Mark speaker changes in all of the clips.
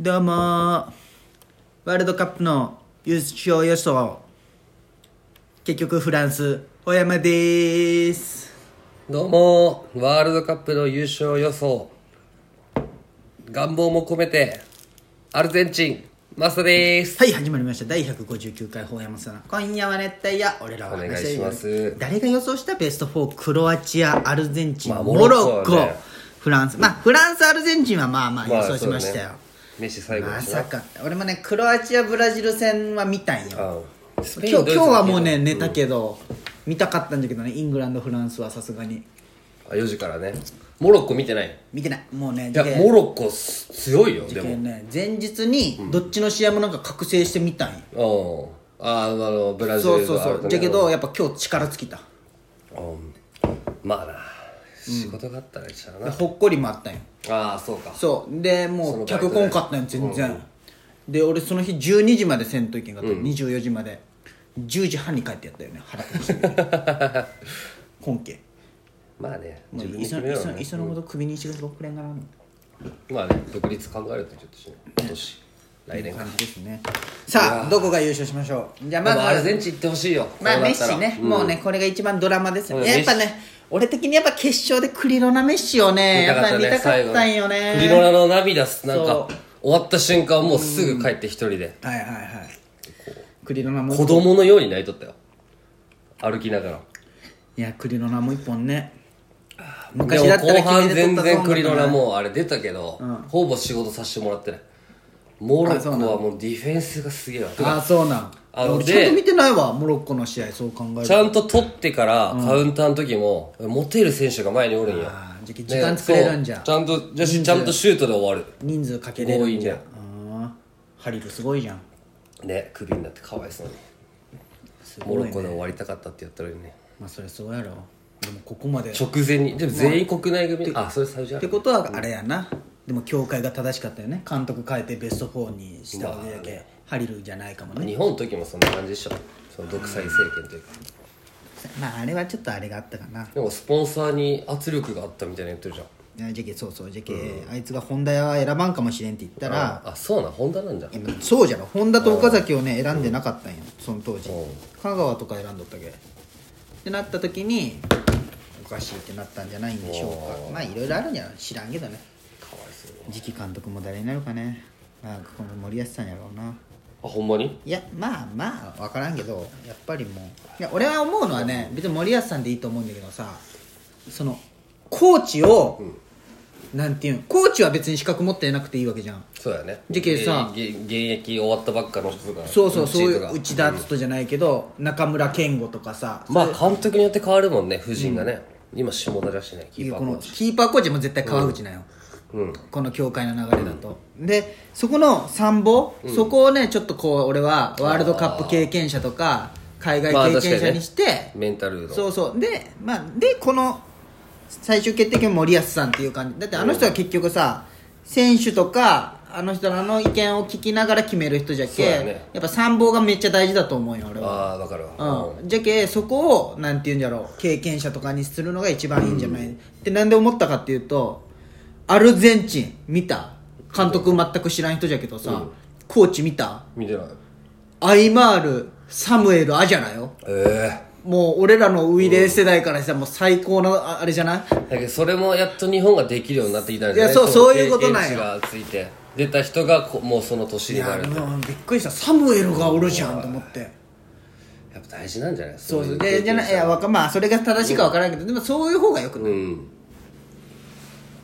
Speaker 1: どうもーワールドカップの優勝予想結局フランス小山でーす
Speaker 2: どうもワールドカップの優勝予想願望も込めてアルゼンチンマサです
Speaker 1: はい始まりました第159回法山さん今夜は熱帯夜俺らは話し合い
Speaker 2: お願いします
Speaker 1: 誰が予想したベスト4クロアチアアルゼンチン、
Speaker 2: まあ
Speaker 1: モロッ
Speaker 2: モロッ
Speaker 1: コ、
Speaker 2: コはね
Speaker 1: フランスまあフランスアルゼンチンはまあまあ予想しましたよ、
Speaker 2: そうだねメッシ最後
Speaker 1: ま
Speaker 2: だしな
Speaker 1: さか俺もねクロアチアブラジル戦は見たんよ
Speaker 2: うんスペイン
Speaker 1: 今日
Speaker 2: ドイツ
Speaker 1: 今
Speaker 2: だ
Speaker 1: 日は
Speaker 2: け
Speaker 1: もうね寝たけど、見たかったんだけどねイングランドフランスはさすがに
Speaker 2: あ4時からねモロッコ見てない
Speaker 1: 見てないもうね
Speaker 2: いや
Speaker 1: 事件
Speaker 2: モロッコす強いよで
Speaker 1: 事
Speaker 2: も
Speaker 1: 件ね前日にどっちの試合もなんか覚醒してみたんよ、
Speaker 2: うんあーあのブラジ
Speaker 1: そ
Speaker 2: ル
Speaker 1: う
Speaker 2: と
Speaker 1: そうそ
Speaker 2: あれ
Speaker 1: う
Speaker 2: とね
Speaker 1: じゃけどやっぱ今日力尽きた
Speaker 2: うんまあな仕事があったらしゃあな、
Speaker 1: でほっこりもあったんよ
Speaker 2: ああそうか
Speaker 1: そうで
Speaker 2: そ
Speaker 1: もう
Speaker 2: のバイ
Speaker 1: 客
Speaker 2: トで
Speaker 1: 来んかったんよ全然、で俺その日12時までせんといけんかった、24時まで10時半に帰ってやったよね腹立つ 本家
Speaker 2: まあね
Speaker 1: もう
Speaker 2: 自分
Speaker 1: い
Speaker 2: で
Speaker 1: っそのいっそ
Speaker 2: 決めろよな
Speaker 1: のいっそのこと首にしてくれくれんかなみたいな
Speaker 2: まあね独立考えるとちょっとしね今年来年か
Speaker 1: 感じですねさあどこが優勝しましょうじゃあ
Speaker 2: ま
Speaker 1: まず
Speaker 2: あ、アルゼンチン行ってほしいよ。
Speaker 1: まあ
Speaker 2: こう
Speaker 1: メ
Speaker 2: な
Speaker 1: ッ
Speaker 2: った
Speaker 1: シ
Speaker 2: ら
Speaker 1: ね、
Speaker 2: うん
Speaker 1: もうねこれが一番ドラマですよ
Speaker 2: うん
Speaker 1: ねやっぱね俺的にやっぱ決勝でクリロナメッシをねやっぱり見たかったんよね
Speaker 2: 最後クリロナの涙す、なん
Speaker 1: そ
Speaker 2: か、終わった瞬間、もうすぐ帰って一人で、
Speaker 1: はいはいはいクリロナも
Speaker 2: 子供のように泣いとったよ。歩きながら。
Speaker 1: いやクリロナも一本ね
Speaker 2: で
Speaker 1: 昔
Speaker 2: も
Speaker 1: だったら
Speaker 2: 後半
Speaker 1: 決めて取
Speaker 2: 全
Speaker 1: った
Speaker 2: 然クリロナ
Speaker 1: う
Speaker 2: もうあれ出たけど、ほぼ仕事させてもらってない。モロッコはもうディフェンスがすげえわ。
Speaker 1: ああそうなん
Speaker 2: あの
Speaker 1: 俺
Speaker 2: で
Speaker 1: ちゃんと見てないわモロッコの試合そう考える
Speaker 2: ちゃんと取ってからカウンターの時も、モテる選手が前におるんや。
Speaker 1: あーじゃあ時間作れるんじゃ
Speaker 2: ねそうちゃんと、じゃあしちゃんとシュートで終わる。
Speaker 1: 人数かけれるんじゃん
Speaker 2: 多い
Speaker 1: あーハリルすごいじゃん
Speaker 2: ねクビになってかわいそうに、
Speaker 1: す
Speaker 2: モ
Speaker 1: ご
Speaker 2: ロ
Speaker 1: い
Speaker 2: ッコで終わりたかったってやったのにね
Speaker 1: まあそれそうやろでもここまでっ
Speaker 2: 直前にでも全員国内組あそれサウジアラ
Speaker 1: て
Speaker 2: ビア
Speaker 1: ことはあれやなでも協会が正しかったよね監督変えてベスト4にしたわけだけ、ハリルじゃないかもね
Speaker 2: 日本の時もそんな感じでしょその独裁政権というか
Speaker 1: まああれはちょっとあれがあったかな
Speaker 2: でもスポンサーに圧力があったみたいな言ってるじゃん
Speaker 1: じゃけそうそうじゃけ、あいつが本田は選ばんかもしれんって言ったら、
Speaker 2: あそうなんホンダなんじゃん
Speaker 1: いやそうじゃろ本田と岡崎をね選んでなかったんよその当時、
Speaker 2: うん
Speaker 1: 香川とか選んどったけってなった時におかしいってなったんじゃないんでしょうかまあいろいろあるんじゃない知らんけどね
Speaker 2: かわいそうに
Speaker 1: 次期監督も誰になるかねなんかこの森保さんやろうな
Speaker 2: あほんまに
Speaker 1: いやまあまあ分からんけどやっぱりもういや俺は思うのはね別に森保さんでいいと思うんだけどさそのコーチを、なんていうんコーチは別に資格持ってなくていいわけじゃん
Speaker 2: そうやね
Speaker 1: じゃけさ
Speaker 2: げげ現役終わったばっかの人とか
Speaker 1: そうそうそうい
Speaker 2: チームが
Speaker 1: う内田篤人じゃないけど、中村健吾とかさ
Speaker 2: まあ監督によって変わるもんね夫人がね、今下田らしいねキ
Speaker 1: い
Speaker 2: ー
Speaker 1: や
Speaker 2: パ
Speaker 1: こ
Speaker 2: ーコ
Speaker 1: の
Speaker 2: ーチ
Speaker 1: キーパーコーチも絶対川口なんよ、
Speaker 2: うん
Speaker 1: この協会の流れだと、でそこの参謀、そこをねちょっとこう俺はワールドカップ経験者とか海外
Speaker 2: まあ
Speaker 1: 経
Speaker 2: 確か
Speaker 1: 験
Speaker 2: に
Speaker 1: 者
Speaker 2: ね
Speaker 1: にして、
Speaker 2: メンタルの
Speaker 1: そうそうで,、まあ、でこの最終決定権は森保さんっていう感じだってあの人は結局さ、選手とかあの人らの意見を聞きながら決める人じゃけ
Speaker 2: そうやね
Speaker 1: やっぱ参謀がめっちゃ大事だと思うよ俺は
Speaker 2: ああだから
Speaker 1: うん、じゃけそこをなんて言うんじゃろう経験者とかにするのが一番いいんじゃない、ってなんで思ったかっていうとアルゼンチン見た監督全く知らん人じゃけどさ、コーチ見た
Speaker 2: 見てない
Speaker 1: アイマールサムエルアジャラよ
Speaker 2: ええ
Speaker 1: もう俺らのウイレー世代からしたらもう最高のああれじゃない
Speaker 2: だけどそれもやっと日本ができるようになってきたんじゃない
Speaker 1: いやそうそういうことなんよ
Speaker 2: 現地がついて出た人がこもうその年
Speaker 1: い
Speaker 2: にな
Speaker 1: や
Speaker 2: る
Speaker 1: で
Speaker 2: とや
Speaker 1: もびっくりしたサムエルがおるじゃんと思って
Speaker 2: っぱ大事なんじゃない
Speaker 1: そう
Speaker 2: い
Speaker 1: そう
Speaker 2: 経験
Speaker 1: でじゃないいやわかまあそれが正しいかわからんけど、でもそういう方がよくない
Speaker 2: うん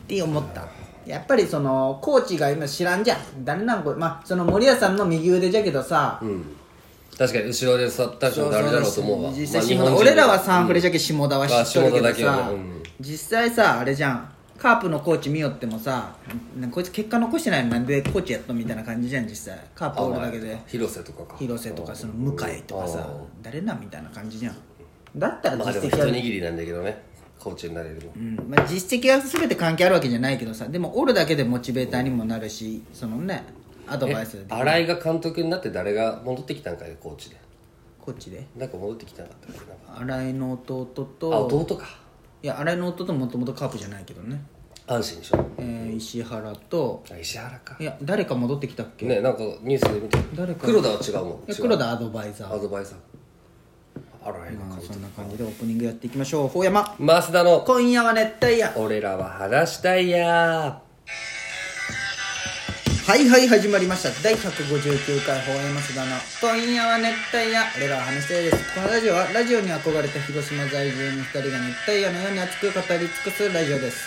Speaker 1: って思ったやっぱりそのコーチが今知らんじゃん誰なんこれまあその森谷さんの右腕じゃけどさ、
Speaker 2: うん確かに後ろで座った人誰だろうと思うわ
Speaker 1: 実際
Speaker 2: ま
Speaker 1: 下田、
Speaker 2: あ日本人
Speaker 1: 俺らはサンフレじゃけ下田は知っとるけ
Speaker 2: ま
Speaker 1: ど
Speaker 2: あ下田だけは
Speaker 1: さ、
Speaker 2: ねうん
Speaker 1: 実際さあれじゃんカープのコーチ見よってもさなんかこいつ結果残してないのなんでコーチやっとんみたいな感じじゃん実際カープおるだけで
Speaker 2: 広瀬とかか
Speaker 1: 広瀬とかその向井とかさ
Speaker 2: あー
Speaker 1: 誰なんみたいな感じじゃんだったら
Speaker 2: まあでも
Speaker 1: 実
Speaker 2: 一
Speaker 1: 績ある
Speaker 2: 握りなんだけどねコーチになれるの
Speaker 1: うんまあ、実績は全て関係あるわけじゃないけどさでもおるだけでモチベーターにもなるしそのねアドバイスで
Speaker 2: え新井が監督になって誰が戻ってきたんかよコーチで
Speaker 1: こっちで
Speaker 2: なんか戻ってきたんだったっけなんか
Speaker 1: 新井の弟
Speaker 2: あ
Speaker 1: と
Speaker 2: 弟か
Speaker 1: いや新井の弟もともとカープじゃないけどね
Speaker 2: 安心しょ
Speaker 1: えー石原と
Speaker 2: あ石原か
Speaker 1: いや誰か戻ってきたっけ、
Speaker 2: ねなんかニュースで見て
Speaker 1: 誰か
Speaker 2: 黒田は違うもん
Speaker 1: いや
Speaker 2: 違う
Speaker 1: 黒田アドバイザー
Speaker 2: アドバイザーあらへん
Speaker 1: まあ
Speaker 2: か
Speaker 1: そんな感じでオープニングやっていきましょうほうやま
Speaker 2: 増田の
Speaker 1: 今夜は熱帯夜
Speaker 2: 「俺らは話したいや
Speaker 1: はいはい始まりました第159回放映増田の今夜は熱帯夜俺らは話したいですこのラジオはラジオに憧れた広島在住の2人が熱帯夜のように熱く語り尽くすラジオです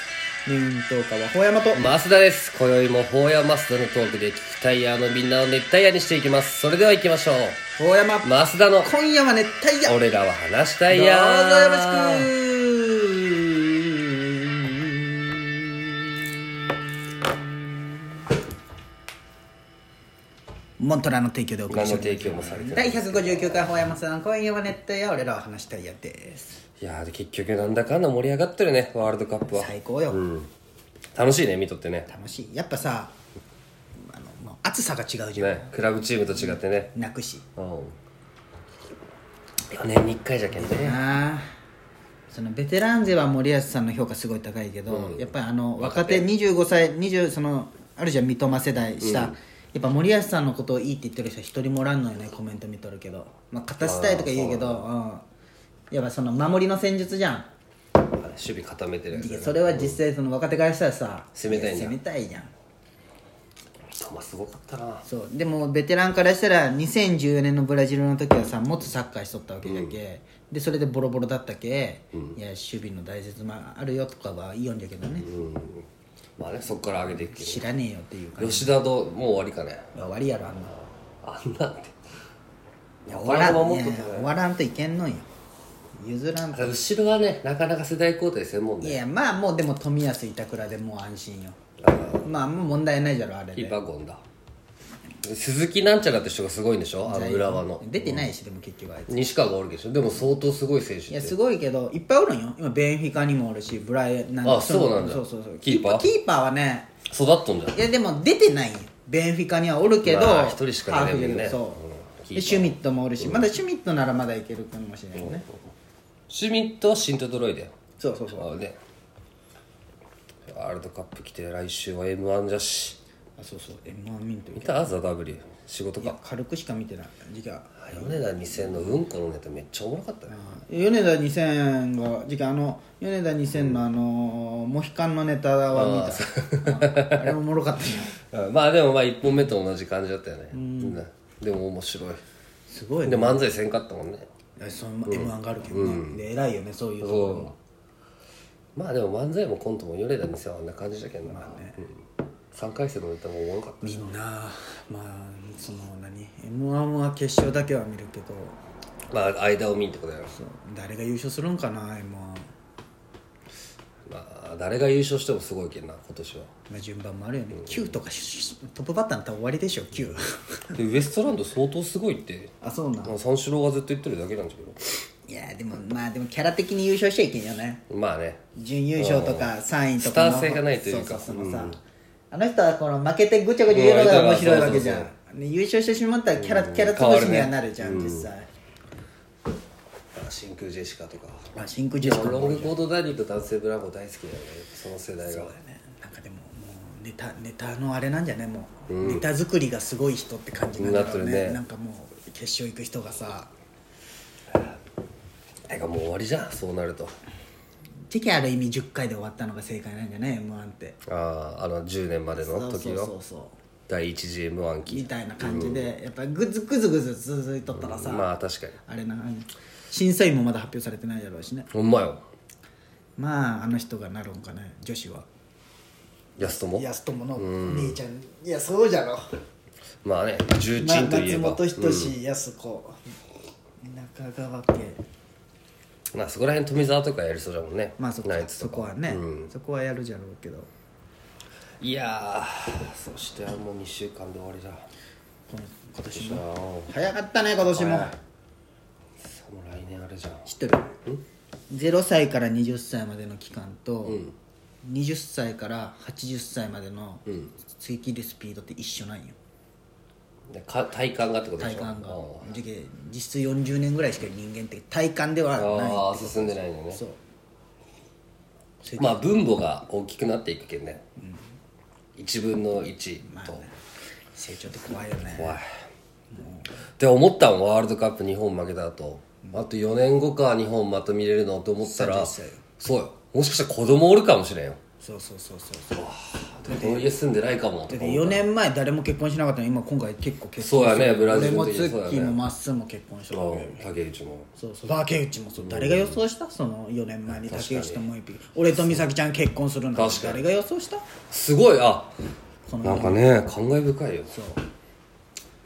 Speaker 1: 入院10日はほうやまと」
Speaker 2: 増田です今宵も法や増田のトークで聞きたいやーのみんなを熱帯夜にしていきますそれでは行きましょう
Speaker 1: ほうやま
Speaker 2: 増田の
Speaker 1: 今夜は熱帯夜
Speaker 2: 「俺らは話した
Speaker 1: どう
Speaker 2: い
Speaker 1: ぞ
Speaker 2: やー」
Speaker 1: よろしくモントラの提供でお送り
Speaker 2: 何
Speaker 1: し
Speaker 2: の
Speaker 1: ます
Speaker 2: 提供もされてない
Speaker 1: 第159回ほ山さん今夜はネットや俺らは話したいやです
Speaker 2: いやーで結局なんだかんだ盛り上がってるねワールドカップは
Speaker 1: 最高よ、
Speaker 2: うん楽しいね見とってね
Speaker 1: 楽しいやっぱさあのもう暑さが違うじゃん、
Speaker 2: ねクラブチームと違ってね
Speaker 1: 泣くし
Speaker 2: うん4年に1回じゃけんね
Speaker 1: なあそのベテラン勢は森保さんの評価すごい高いけど、やっぱりあの若手25歳20そのあるじゃん三笘世代した、やっぱ森保さんのことをいいって言ってる人一人もおらんのよねコメント見とるけど、まあ、勝たせたいとか言うけどうん、やっぱその守りの戦術じゃん
Speaker 2: 守備固めてるやつ
Speaker 1: いやそれは実際その若手からしたらさ
Speaker 2: 攻めたいんだ
Speaker 1: 攻めたいじゃん
Speaker 2: 三笘すごかったな
Speaker 1: そうでもベテランからしたら2014年のブラジルの時はさもっとサッカーしとったわけじゃけ、でそれでボロボロだったけ、いや守備の大切まああるよとかは言いよんじゃけどね、
Speaker 2: うんまあねそっから上げていくけ
Speaker 1: 知らねえよっていうか
Speaker 2: ど吉田ともう終わりかね
Speaker 1: いや終わりやろあんな
Speaker 2: あんなんて
Speaker 1: いや終わら
Speaker 2: この
Speaker 1: ん、
Speaker 2: まま
Speaker 1: いや
Speaker 2: 持っとったね
Speaker 1: 終わらんといけんのよ譲らんと
Speaker 2: 後ろはねなかなか世代交代せんもん
Speaker 1: い
Speaker 2: ね
Speaker 1: やまあもうでも冨安板倉でもう安心よまあもう問題ないじゃろあれ
Speaker 2: キー
Speaker 1: で
Speaker 2: パーゴンだ鈴木なんちゃらって人がすごいんでしょあの浦和の
Speaker 1: 出てないしでも結局あいつ
Speaker 2: 西川がおるでしょでも相当すごい選手
Speaker 1: い
Speaker 2: で
Speaker 1: やすごいけどいっぱいおるんよ今ベンフィカにもおるしブライな
Speaker 2: あそうなんだ
Speaker 1: そうそうそう
Speaker 2: キーパー
Speaker 1: キーパーはね
Speaker 2: 育っとんじゃん
Speaker 1: いやでも出てないよベンフィカにはおるけど
Speaker 2: まあ一人しか出ないもんね
Speaker 1: ハーフでそう
Speaker 2: うん、キーパー
Speaker 1: でシュミットもおるし、まだシュミットならまだいけるかもしれないね、
Speaker 2: シュミットはシントドロイだよ
Speaker 1: そうそうそう
Speaker 2: あねワールドカップ来て来週は m 1じゃし
Speaker 1: あそうそう m 1見んとい
Speaker 2: 見たザ・ W 仕事
Speaker 1: いや
Speaker 2: か
Speaker 1: 軽くしか見てない時期は
Speaker 2: あ米田2000のうんこのネタめっちゃおもろかったね
Speaker 1: 米田2000が時期あの米田2000のあのモヒカンのネタは見たああれおもろか ったよ
Speaker 2: うんまあでもまあ1本目と同じ感じだったよねうんでも面白い
Speaker 1: すごい
Speaker 2: で
Speaker 1: ね
Speaker 2: 漫才せんかったもんね
Speaker 1: その m 1があるけどね、で偉いよねそういうところも
Speaker 2: まあでも漫才もコントも米田2000はあんな感じだけどな3回戦のネタもおもろかった
Speaker 1: みんなまあその何 m 1は決勝だけは見るけど
Speaker 2: まあ間を見んってことやろ
Speaker 1: そう誰が優勝するんかな m
Speaker 2: まあ誰が優勝してもすごいけんな今年は
Speaker 1: 1まあ順番もあるよね、9とかしトップバッターの多分終わりでしょ9
Speaker 2: でウエストランド相当すごいって
Speaker 1: あそうな
Speaker 2: まあ三四郎がずっと言ってるだけなんだけ
Speaker 1: いやでもまあでもキャラ的に優勝しちゃいけんよね
Speaker 2: どまあね
Speaker 1: 準優勝とか3位とかの
Speaker 2: スター性がないというか
Speaker 1: そうそうそのさ、あの人はこの負けてぐちゃぐちゃ言うのが面白いわけじゃん、
Speaker 2: うんそう
Speaker 1: ね優勝してしまったらキャラキャラ潰しにはなるじゃん、実際
Speaker 2: あ真空ジェシカとか
Speaker 1: あ真空ジェシカ
Speaker 2: ロ
Speaker 1: も
Speaker 2: ングコートダディと男性ブラボー大好きだよねその世代が
Speaker 1: ねなんかでももうネタネタのあれなんじゃないもう、ネタ作りがすごい人って感じなんだろう
Speaker 2: なって
Speaker 1: ね
Speaker 2: るね
Speaker 1: なんかもう決勝行く人がさ
Speaker 2: てかもう終わりじゃんそうなると
Speaker 1: 時期ある意味10回で終わったのが正解なんじゃない m 1って
Speaker 2: あああの10年までの時
Speaker 1: そうそ
Speaker 2: の
Speaker 1: うそう
Speaker 2: 第一次 m 1
Speaker 1: み
Speaker 2: 期
Speaker 1: たいな感じで、やっぱりグズグズグズ続いとったらさ、
Speaker 2: まあ確かに
Speaker 1: あれな審査員もまだ発表されてないだろうしね
Speaker 2: ほんまよ
Speaker 1: まああの人がなるんかね女子は
Speaker 2: 安友
Speaker 1: 安友の姉ちゃん、いやそうじゃろ、
Speaker 2: まあね重
Speaker 1: まあ、
Speaker 2: 鎮といえ
Speaker 1: 松
Speaker 2: ば
Speaker 1: 本人志安子、中川家
Speaker 2: まあそこら辺富澤とかやりそうだもんね
Speaker 1: まあそこ
Speaker 2: ナイツ
Speaker 1: そ
Speaker 2: と
Speaker 1: こ
Speaker 2: か
Speaker 1: はね、そこはやるじゃろうけど
Speaker 2: いやーそしてもう2週間で終わりだ
Speaker 1: この今年
Speaker 2: じゃ
Speaker 1: も
Speaker 2: あ
Speaker 1: 早かったね今年も、
Speaker 2: さもう来年あれじゃん
Speaker 1: 知ってる0歳から20歳までの期間と、20歳から80歳までの追切るスピードって一緒なんよ
Speaker 2: でか体感がってことで
Speaker 1: 体
Speaker 2: しょ
Speaker 1: 感が
Speaker 2: あ
Speaker 1: じゃけ実質40年ぐらいしか人間って体感ではない
Speaker 2: あー進んでないんだね
Speaker 1: そう
Speaker 2: まあ分母が大きくなっていくけんね、1分の1と、
Speaker 1: 成長って怖いよね
Speaker 2: 怖いって思ったんワールドカップ日本負けた後、あと4年後か日本また見れるのと思ったら
Speaker 1: 30歳
Speaker 2: そうよもしかしたら子供おるかもしれんよ
Speaker 1: そうそうそうそうそう
Speaker 2: この家住んでないかもと
Speaker 1: だっ
Speaker 2: か
Speaker 1: て4年前誰も結婚しなかったのに今今回結構結
Speaker 2: そう
Speaker 1: 婚
Speaker 2: やねブラジル
Speaker 1: 俺も
Speaker 2: の時
Speaker 1: ツ
Speaker 2: にそうや
Speaker 1: ッ
Speaker 2: ね
Speaker 1: キーもまっすーも結婚したわけ
Speaker 2: あ竹内も
Speaker 1: そうそう竹内もそう誰が予想したその4年前に竹内ともえぴ俺と美咲ちゃん結婚するなんて
Speaker 2: 確か
Speaker 1: 誰が予想した
Speaker 2: すごいあ
Speaker 1: この
Speaker 2: なんかね感慨深いよ
Speaker 1: そう
Speaker 2: だ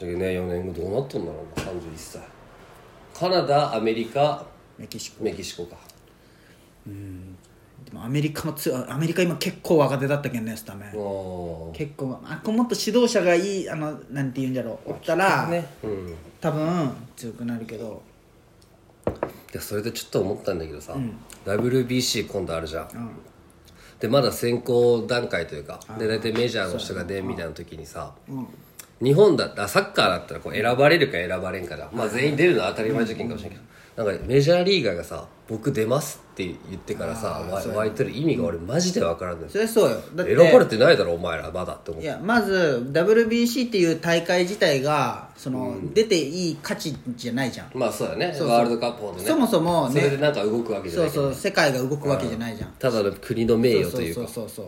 Speaker 2: けどね4年後どうなっとんだろうな31歳カナダアメリカ
Speaker 1: メキシコ
Speaker 2: メキシコか
Speaker 1: でもアメリカもつアメリカ今結構若手だったけんねスタメン
Speaker 2: あ
Speaker 1: 結構あこうもっと指導者がいいあのなんて言うんじゃろうおったら、
Speaker 2: あねうんい
Speaker 1: 多分強くなるけど
Speaker 2: やそれでちょっと思ったんだけどさ、WBC 今度あるじゃん、
Speaker 1: ん
Speaker 2: でまだ選考段階というかで大体メジャーの人が出るみたいな時にさ、日本だったらサッカーだったらこう選ばれるか選ばれんかじゃん、まあ、全員出るのは当たり前じゃけんかもしれんけど、なんかねメジャーリーガーがさ「僕出ます」って言ってからさわ湧いてる意味が俺マジで分からんのよ
Speaker 1: それはそうよだっ
Speaker 2: 選ば
Speaker 1: て
Speaker 2: れてないだろお前らまだって思
Speaker 1: い
Speaker 2: って
Speaker 1: やまず WBC っていう大会自体がその、出ていい価値じゃないじゃん
Speaker 2: まあそうだね
Speaker 1: うそう
Speaker 2: ワールドカップほどね
Speaker 1: そもそもね
Speaker 2: それでなんか動くわけじゃ
Speaker 1: そ
Speaker 2: な
Speaker 1: う
Speaker 2: いけ
Speaker 1: そ
Speaker 2: ど
Speaker 1: う世界が動くわけじゃないじゃん、
Speaker 2: ただの国の名誉
Speaker 1: そ
Speaker 2: と
Speaker 1: う
Speaker 2: いう
Speaker 1: そう
Speaker 2: か
Speaker 1: そうそう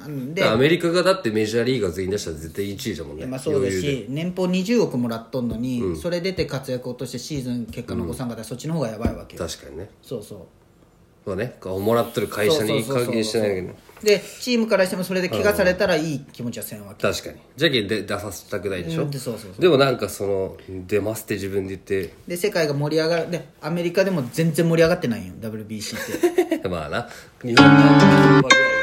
Speaker 1: なんで
Speaker 2: アメリカがだってメジャーリーガー全員出したら絶対1位だもんね
Speaker 1: まあそうだ
Speaker 2: 余裕
Speaker 1: し年俸20億もらっとんのに、それ出て活躍を落としてシーズン結果残さんかったらそっちの方がやばいわけよ、
Speaker 2: 確かにね
Speaker 1: そうそう
Speaker 2: そうねこうもらってる会社に関係してないけど
Speaker 1: でチームからしてもそれで怪我されたらいい気持ちはせんわけ
Speaker 2: 確かにじゃけんで出させたくないでしょ
Speaker 1: うんでそうそう
Speaker 2: でもなんかその出ますって自分で言
Speaker 1: で世界が盛り上がるで アメリカでも全然盛り上がってないよ WBC って
Speaker 2: ってまあな日本が